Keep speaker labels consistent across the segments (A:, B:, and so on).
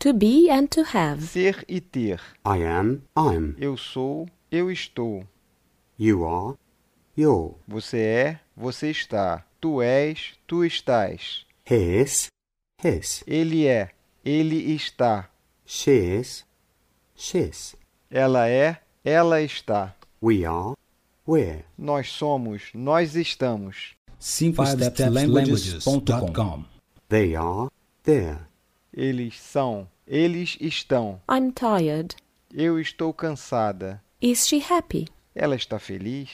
A: To be and to have.
B: Ser e ter.
C: I am, I'm.
B: Eu sou, eu estou.
C: You are, you're.
B: Você é, você está. Tu és, tu estás.
C: His, his.
B: Ele é, ele está.
C: She is, she's.
B: Ela é, ela está.
C: We are, we're.
B: Nós somos, nós estamos.
D: 5stepslanguages.com
C: They are, they're.
B: Eles são, eles estão.
A: I'm tired.
B: Eu estou cansada.
A: Is she happy?
B: Ela está feliz.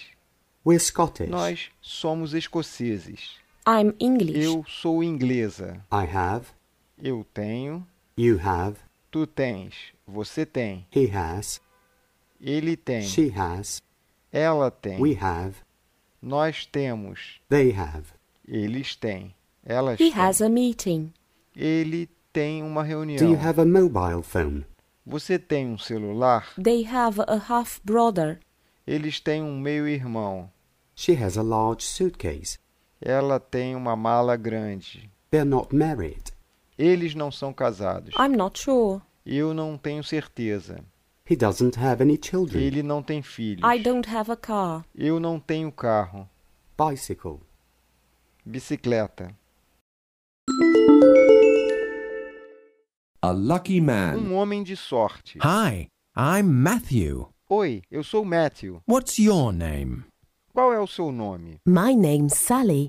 C: We're Scottish.
B: Nós somos escoceses.
A: I'm English.
B: Eu sou inglesa.
C: I have,
B: Eu tenho,
C: you have,
B: tu tens, você tem,
C: he has,
B: ele tem,
C: she has,
B: ela tem,
C: we have,
B: nós temos,
C: they have.
B: eles têm, elas
A: He
B: têm.
A: has a meeting.
B: Ele tem uma reunião.
C: Do you have a mobile phone?
B: Você tem um celular?
A: They have a half brother.
B: Eles têm um meio-irmão.
C: She has a large suitcase.
B: Ela tem uma mala grande.
C: They're not married.
B: Eles não são casados.
A: I'm not sure.
B: Eu não tenho certeza.
C: He doesn't have any children.
B: Ele não tem filhos.
A: I don't have a car.
B: Eu não tenho carro.
C: Bicycle.
B: Bicicleta.
E: A lucky
D: Ah.
E: man.
B: Um homem de sorte.
D: Hi, I'm Matthew.
B: Oi, eu sou Matthew.
D: What's your name?
B: Qual é o seu nome?
F: My name's Sally,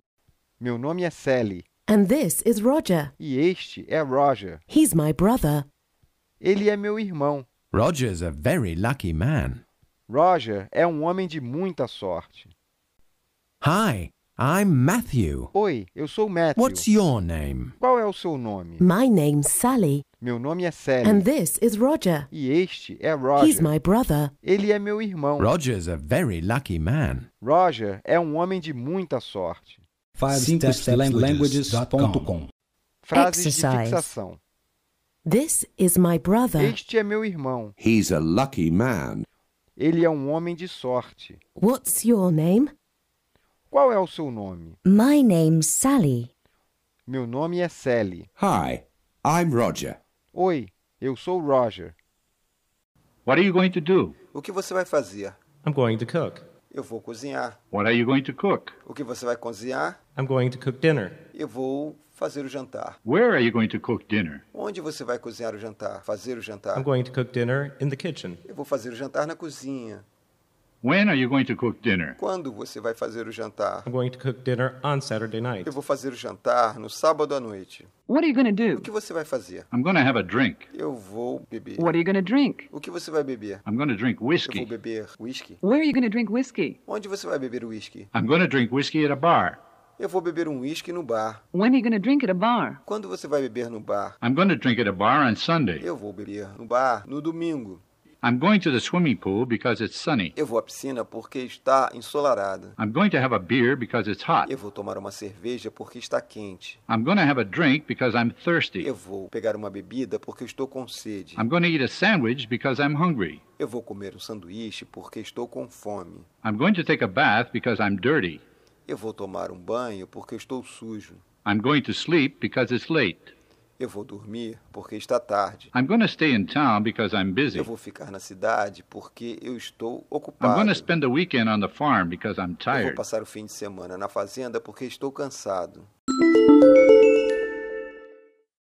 B: Meu nome é Sally.
F: and this is Roger.
B: E este é Roger.
F: He's my brother.
B: Ele é meu irmão.
D: Roger's a very lucky man.
B: Roger é um homem de muita sorte.
D: Hi, I'm Matthew.
B: Oi, eu sou Matthew.
D: What's your name?
B: Qual é o seu nome?
F: My name's Sally,
B: Meu nome é Sally.
F: and this is Roger.
B: E este é
F: He's
B: Roger.
F: my brother.
B: Ele é meu irmão.
D: Roger's a very lucky man.
B: Roger é um homem de muita sorte.
D: 5stepslanguages.com
B: Frases de
F: Exercise.
B: fixação.
F: This is my brother.
B: Este é meu irmão.
E: He's a lucky man.
B: Ele é um homem de sorte.
F: What's your name?
B: Qual é o seu nome?
F: My name's Sally.
B: Meu nome é Sally.
E: Hi, I'm Roger.
B: Oi, eu sou Roger.
G: What are you going to do?
H: O que você vai fazer?
G: I'm going to cook.
H: Eu vou cozinhar.
G: What are you going to cook?
H: O que você vai cozinhar?
G: I'm going to cook dinner.
H: Eu vou fazer o jantar.
G: Where are you going to cook dinner?
H: Onde você vai cozinhar o jantar? Fazer o jantar.
G: I'm going to cook dinner in the kitchen.
H: Eu vou fazer o jantar na cozinha.
G: When are you going to cook dinner?
H: Quando você vai fazer o jantar?
G: I'm going to cook dinner on Saturday night.
H: Eu vou fazer o jantar no sábado à noite.
I: What are you going to
H: O
I: do?
H: que você vai fazer?
G: I'm going to have a drink.
H: Eu vou beber.
I: What are you going to drink?
H: O que você vai beber?
G: I'm going to drink
H: Eu vou
G: whiskey.
H: beber whisky.
I: Where are you going to drink whiskey?
H: Onde você vai beber whisky?
G: I'm going to drink whiskey at a bar.
H: Eu vou beber um whisky no bar.
I: When are you going to drink at a bar?
H: Quando você vai beber no bar?
G: I'm going to drink at a bar on Sunday.
H: Eu vou beber no bar no domingo.
G: I'm going to the swimming pool because it's sunny.
H: Eu vou à piscina porque está ensolarada.
G: I'm going to have a beer because it's hot.
H: Eu vou tomar uma cerveja porque está quente.
G: I'm going to have a drink because I'm thirsty.
H: Eu vou pegar uma bebida porque estou com sede.
G: I'm going to eat a sandwich because I'm hungry.
H: Eu vou comer um sanduíche porque estou com fome.
G: I'm going to take a bath because I'm dirty.
H: Eu vou tomar um banho porque estou sujo.
G: I'm going to sleep because it's late.
H: Eu vou dormir porque está tarde.
G: I'm going to stay in town because I'm busy.
H: Eu vou ficar na cidade porque eu estou
G: I'm going
H: ocupado.
G: to spend the weekend on the farm because I'm
H: Eu vou
G: tired.
H: passar o fim de semana na fazenda porque estou cansado.